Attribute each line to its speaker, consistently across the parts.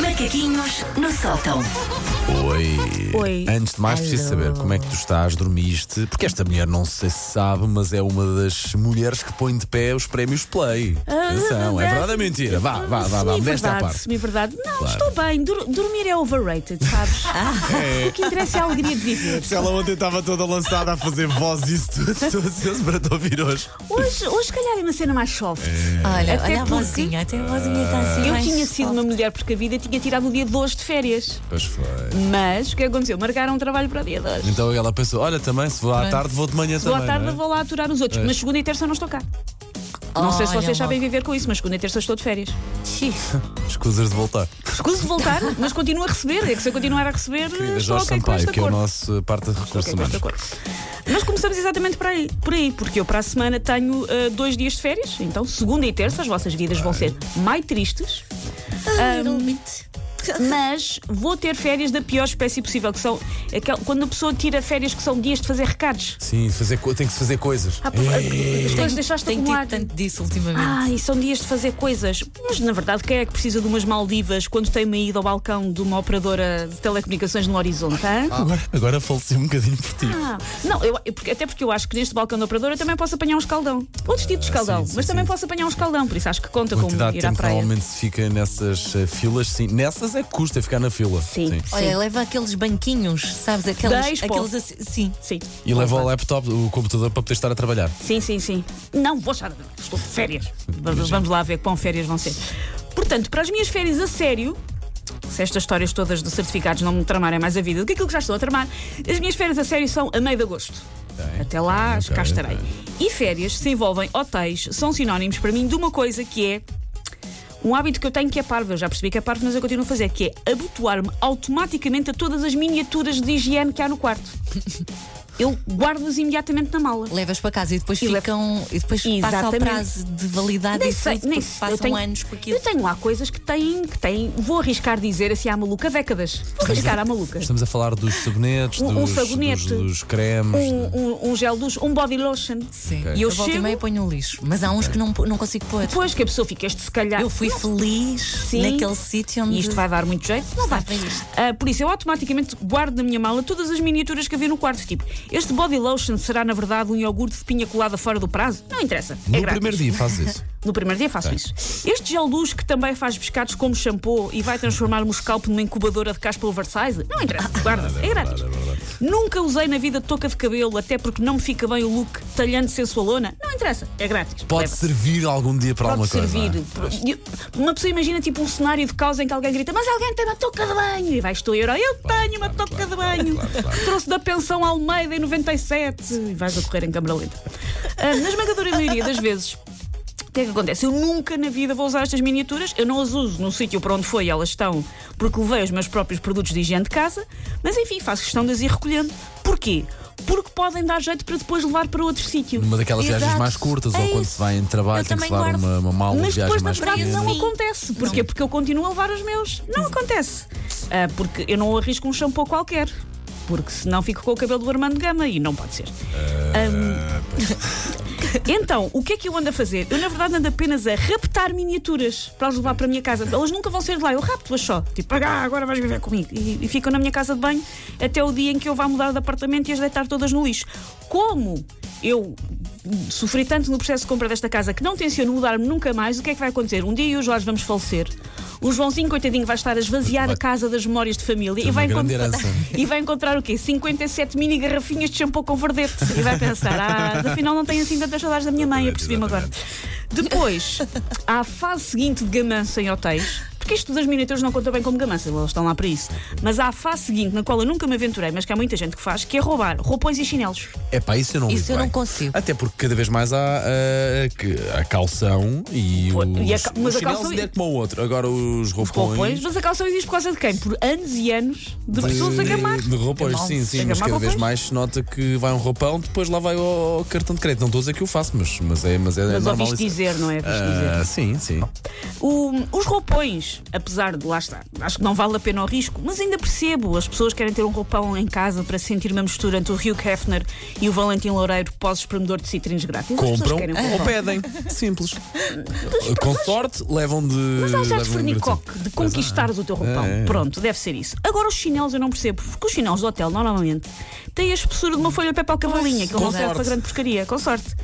Speaker 1: Macaquinhos no sótão.
Speaker 2: Oi.
Speaker 3: Oi.
Speaker 2: Antes de mais, preciso
Speaker 3: Alô.
Speaker 2: saber como é que tu estás, dormiste, porque esta mulher não sei se sabe, mas é uma das mulheres que põe de pé os prémios Play.
Speaker 3: Ah,
Speaker 2: Atenção, é verdade ou é mentira? Vá, vá, vá, vá, desta à
Speaker 3: Semi-verdade,
Speaker 2: parte.
Speaker 3: semi-verdade. Não,
Speaker 2: Claro.
Speaker 3: estou bem. Dur- dormir é overrated, sabes? O que interessa é a alegria de viver.
Speaker 2: Ela ontem estava toda lançada a fazer voz e isso tudo, estou ansioso para te ouvir hoje.
Speaker 3: Hoje, hoje se calhar, é uma cena mais soft.
Speaker 2: É.
Speaker 4: Olha,
Speaker 3: Até
Speaker 4: olha a
Speaker 3: porque-
Speaker 4: vozinha, até a vozinha está assim.
Speaker 3: Eu
Speaker 4: mais
Speaker 3: tinha sido uma
Speaker 4: alta.
Speaker 3: mulher precavida e tinha tirado o dia de hoje de férias.
Speaker 2: Pois foi.
Speaker 3: Mas o que aconteceu? Marcaram um trabalho para o dia de hoje.
Speaker 2: Então ela pensou: olha, também, se vou à tarde, vou de manhã
Speaker 3: Boa
Speaker 2: também.
Speaker 3: tarde,
Speaker 2: não é?
Speaker 3: vou lá aturar os outros. Mas segunda e terça eu não estou cá. Não sei se
Speaker 4: Olha,
Speaker 3: vocês sabem
Speaker 4: uma-
Speaker 3: viver com isso, mas segunda e terça eu estou de férias.
Speaker 4: Xiii.
Speaker 2: Escusas de voltar.
Speaker 3: Escuso de voltar, mas continuo a receber. É que se eu continuar a receber,
Speaker 2: Querida
Speaker 3: estou
Speaker 2: Jorge
Speaker 3: ok com
Speaker 2: Sampaio,
Speaker 3: esta
Speaker 2: que é o
Speaker 3: cor.
Speaker 2: nosso parte de recursos
Speaker 3: Ok, com é esta
Speaker 2: humanos.
Speaker 3: cor. Nós começamos exatamente por aí, por aí, porque eu para a semana tenho ah, dois dias de férias, então segunda e terça as vossas vidas vão ser mais tristes,
Speaker 4: um Literalmente.
Speaker 3: mas vou ter férias da pior espécie possível, que são aquel- quando a pessoa tira férias que são dias de fazer recados.
Speaker 2: Sim, fazer, co- tem que se fazer coisas.
Speaker 3: Ah, porque as coisas deixaste
Speaker 4: Tenho
Speaker 3: acumular.
Speaker 4: tido tanto disso ultimamente.
Speaker 3: Ah, e são dias de fazer coisas. Mas na verdade, quem é que precisa de umas Maldivas quando tem uma ida ao balcão de uma operadora de telecomunicações no horizonte? hã?
Speaker 2: Agora, agora faleci um bocadinho por ti.
Speaker 3: Ah, não, eu, eu- porque- até porque eu acho que neste balcão da operadora também posso apanhar um escaldão. Outros tipos de escaldão,
Speaker 2: Ah, sim,
Speaker 3: mas
Speaker 2: sim,
Speaker 3: também
Speaker 2: sim.
Speaker 3: posso apanhar um escaldão, por isso acho que conta
Speaker 2: A
Speaker 3: como
Speaker 2: quantidade de
Speaker 3: ir à
Speaker 2: tempo que
Speaker 3: praia.
Speaker 2: normalmente se fica nessas eh, filas, sim. Nessas é que custa ficar na fila.
Speaker 3: Ah, Sim.
Speaker 4: Olha, leva aqueles banquinhos, sabes?
Speaker 3: Dez,
Speaker 4: Aqueles,
Speaker 3: pô.
Speaker 4: aqueles assim. Sim.
Speaker 3: Sim.
Speaker 2: E leva o laptop, o computador para poder estar a trabalhar.
Speaker 3: Sim, sim, sim. Não, vou achar. Estou de férias. V- Vamos lá ver quão férias vão ser. Portanto, para as minhas férias a sério. Se estas histórias todas de certificados não me tramarem mais a vida do que é aquilo que já estou a tramar, as minhas férias a sério são a meio de agosto. Até lá,
Speaker 2: ok,
Speaker 3: cá estarei.
Speaker 2: ok.
Speaker 3: E férias, se envolvem hotéis, são sinónimos para mim de uma coisa que é um hábito que eu tenho que é parvo, eu já percebi que é parvo, mas eu continuo a fazer, que é habituar-me automaticamente a todas as miniaturas de higiene que há no quarto. Eu guardo-as imediatamente na mala.
Speaker 4: Levas para casa e depois
Speaker 3: E levo-
Speaker 4: ficam. E depois passa o
Speaker 3: Exatamente.
Speaker 4: prazo de validade
Speaker 3: Nem
Speaker 4: e tudo,
Speaker 3: sei, nem
Speaker 4: porque
Speaker 3: sei.
Speaker 4: passam
Speaker 3: eu tenho,
Speaker 4: anos com aquilo.
Speaker 3: Eu tenho lá coisas que têm, que têm, vou arriscar dizer assim à maluca, décadas. Vou arriscar à maluca.
Speaker 2: Estamos a falar dos sabonetes,
Speaker 3: Um- um
Speaker 2: dos,
Speaker 3: sabonete.
Speaker 2: dos, dos cremes. de-
Speaker 3: Um, um, um gel dos, um body lotion.
Speaker 4: Sim.
Speaker 2: Ok.
Speaker 3: E eu
Speaker 4: volto e
Speaker 3: chego-
Speaker 4: meia ponho um lixo. Mas há uns que não, não consigo pôr.
Speaker 3: Depois que a pessoa fica, este se calhar.
Speaker 4: Eu fui feliz
Speaker 3: Sim.
Speaker 4: naquele sítio onde.
Speaker 3: E isto vai dar muito jeito? Não vai.
Speaker 4: Sabe isto.
Speaker 3: Ah, por isso, eu automaticamente guardo na minha mala todas as miniaturas que havia no quarto. Tipo, este body lotion será, na verdade, um iogurte de pinha colada fora do prazo? Não interessa. é
Speaker 2: No
Speaker 3: grátis.
Speaker 2: primeiro dia faz isso.
Speaker 3: No primeiro dia faço isso. Este gel luz que também faz pescados como shampoo e vai transformar o meu scalp numa incubadora de caspa oversize? Não interessa, guarda é, grátis. Nunca usei na vida touca de cabelo, até porque não me fica bem o look talhando sensualona. Não interessa, é grátis.
Speaker 2: Pode
Speaker 3: leva.
Speaker 2: servir algum dia para
Speaker 3: Pode
Speaker 2: alguma coisa.
Speaker 3: servir.
Speaker 2: não é? Pois.
Speaker 3: Eu- Uma pessoa imagina tipo um cenário de caos em que alguém grita, mas alguém tem uma touca de banho. E vais tu a eu tenho uma
Speaker 2: claro,
Speaker 3: touca
Speaker 2: claro,
Speaker 3: de
Speaker 2: claro,
Speaker 3: banho.
Speaker 2: claro, claro.
Speaker 3: Trouxe da pensão à Almeida em 97. E vais a correr em câmara lenta. Ah, na esmagadora maioria das vezes. O que é que acontece? Eu nunca na vida vou usar estas miniaturas, eu não as uso no sítio para onde foi, elas estão, porque levei os meus próprios produtos de higiene de casa, mas enfim, faço questão de as ir recolhendo. Porquê? Porque podem dar jeito para depois levar para outro sítio.
Speaker 2: é? Numa daquelas viagens
Speaker 4: Exato.
Speaker 2: mais curtas,
Speaker 4: É
Speaker 2: ou quando
Speaker 4: isso.
Speaker 2: se vai em trabalho,
Speaker 4: Eu
Speaker 2: tem que se
Speaker 4: também
Speaker 2: levar uma,
Speaker 4: guardo.
Speaker 2: uma mala de
Speaker 3: Mas
Speaker 2: viagem
Speaker 3: depois da
Speaker 2: mais
Speaker 3: verdade
Speaker 2: pequena.
Speaker 3: não
Speaker 4: Sim.
Speaker 3: acontece. Porquê? Porque eu continuo a levar os meus. Não acontece. Ah, porque eu não arrisco um shampoo qualquer. Porque senão fico com o cabelo do Armando Gama e não pode ser. Ahm, então, o que é que eu ando a fazer? Eu, na verdade, ando apenas a raptar miniaturas para as levar para a minha casa. Elas nunca vão ser de lá, eu rapto-as só. Tipo, ah, agora vais viver comigo. E, e ficam na minha casa de banho até o dia em que eu vá mudar de apartamento e as deitar todas no lixo. Como eu sofri tanto no processo de compra desta casa que não tenciono mudar-me nunca mais, o que é que vai acontecer? Um dia eu e o Jorge vamos falecer. O Joãozinho, coitadinho, vai estar a esvaziar
Speaker 2: Vai-
Speaker 3: a casa das memórias de família e
Speaker 2: uma
Speaker 3: vai,
Speaker 2: grande
Speaker 3: encontrar,
Speaker 2: herança.
Speaker 3: e vai encontrar o quê? 57 mini garrafinhas de shampoo com verdete. E vai pensar, ah, afinal não tenho assim tantas saudades da minha mãe, eu percebi-me agora. Depois, há a fase seguinte de gamança em hotéis. Porque isto das miniaturas não conta bem como gamança, elas estão lá para isso. Mas há a fase seguinte, na qual eu nunca me aventurei, mas que há muita gente que faz, que é roubar roupões e chinelos.
Speaker 2: É pá, isso eu não
Speaker 4: Isso
Speaker 2: lido
Speaker 4: eu não
Speaker 2: bem.
Speaker 4: consigo.
Speaker 2: Até porque cada vez mais há ah, que- a calção e
Speaker 3: Pô,
Speaker 2: os,
Speaker 3: e a ca- mas
Speaker 2: os
Speaker 3: a
Speaker 2: chinelos
Speaker 3: calção-
Speaker 2: ainda é como o outro. Agora os roupões.
Speaker 3: Roupões, mas a calção existe por causa de quem? Por anos e anos de pessoas a gamar.
Speaker 2: De roupões,
Speaker 4: Gamar.
Speaker 2: sim, sim.
Speaker 3: Gamar
Speaker 2: Mas cada vez
Speaker 3: roupões.
Speaker 2: mais se nota que vai um roupão, depois lá vai o cartão de crédito. Não estou a dizer que eu faço, mas, mas é, mas é,
Speaker 3: Mas
Speaker 2: normal.
Speaker 3: ouviste
Speaker 2: isso.
Speaker 3: dizer, não é? Ouviste dizer.
Speaker 2: Ah, sim, sim.
Speaker 3: O- os roupões mas apesar de lá estar, acho que não vale a pena o risco, mas ainda percebo, as pessoas querem ter um roupão em casa para sentir uma mistura entre o Hugh Hefner e o Valentim Loureiro pós-espremedor de citrinos grátis. As pessoas
Speaker 2: Compram É.
Speaker 3: querem um
Speaker 2: ou
Speaker 3: roupão.
Speaker 2: pedem. Simples. Com sorte, levam de.
Speaker 3: Mas há já de
Speaker 2: levam um
Speaker 3: fornicoque,
Speaker 2: gratuito.
Speaker 3: de conquistar o teu roupão.
Speaker 2: É, é.
Speaker 3: Pronto, deve ser isso. Agora os chinelos eu não percebo, porque os chinelos do hotel normalmente têm a espessura de uma folha de papel cavalinha, que
Speaker 2: com
Speaker 3: não serve
Speaker 2: sorte.
Speaker 3: para grande porcaria, com sorte.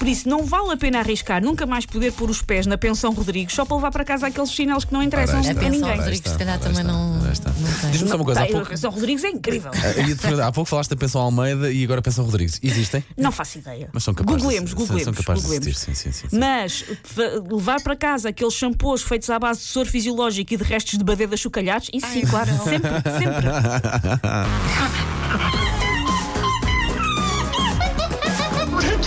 Speaker 3: Por isso, não vale a pena arriscar nunca mais poder pôr os pés na pensão Rodrigues só para levar para casa aqueles chinelos que não interessam
Speaker 2: Ora,
Speaker 4: A
Speaker 2: está.
Speaker 3: a
Speaker 4: pensão
Speaker 3: ninguém.
Speaker 2: Ora,
Speaker 4: Rodrigues,
Speaker 2: está,
Speaker 4: se calhar,
Speaker 2: ora,
Speaker 4: também
Speaker 2: está,
Speaker 4: não-
Speaker 2: ora, está.
Speaker 4: não tem.
Speaker 2: Diz-me só uma coisa.
Speaker 3: Tá,
Speaker 2: Há
Speaker 3: eu- A
Speaker 2: pouco, Ah,
Speaker 3: pensão Rodrigues é incrível.
Speaker 2: eu ia te perguntar, há pouco falaste da Pensão Almeida e agora Pensão Rodrigues. Existem?
Speaker 3: Não faço ideia.
Speaker 2: Mas são capazes. de-
Speaker 3: Googlemos,
Speaker 2: são-
Speaker 3: googlemos.
Speaker 2: São capazes
Speaker 3: googlemos.
Speaker 2: de existir, sim, sim. sim, sim.
Speaker 3: Mas fa- levar para casa aqueles shampoos feitos à base de soro fisiológico e de restos de badeiras chocalhados, isso sim, claro, sempre, sempre.
Speaker 5: Take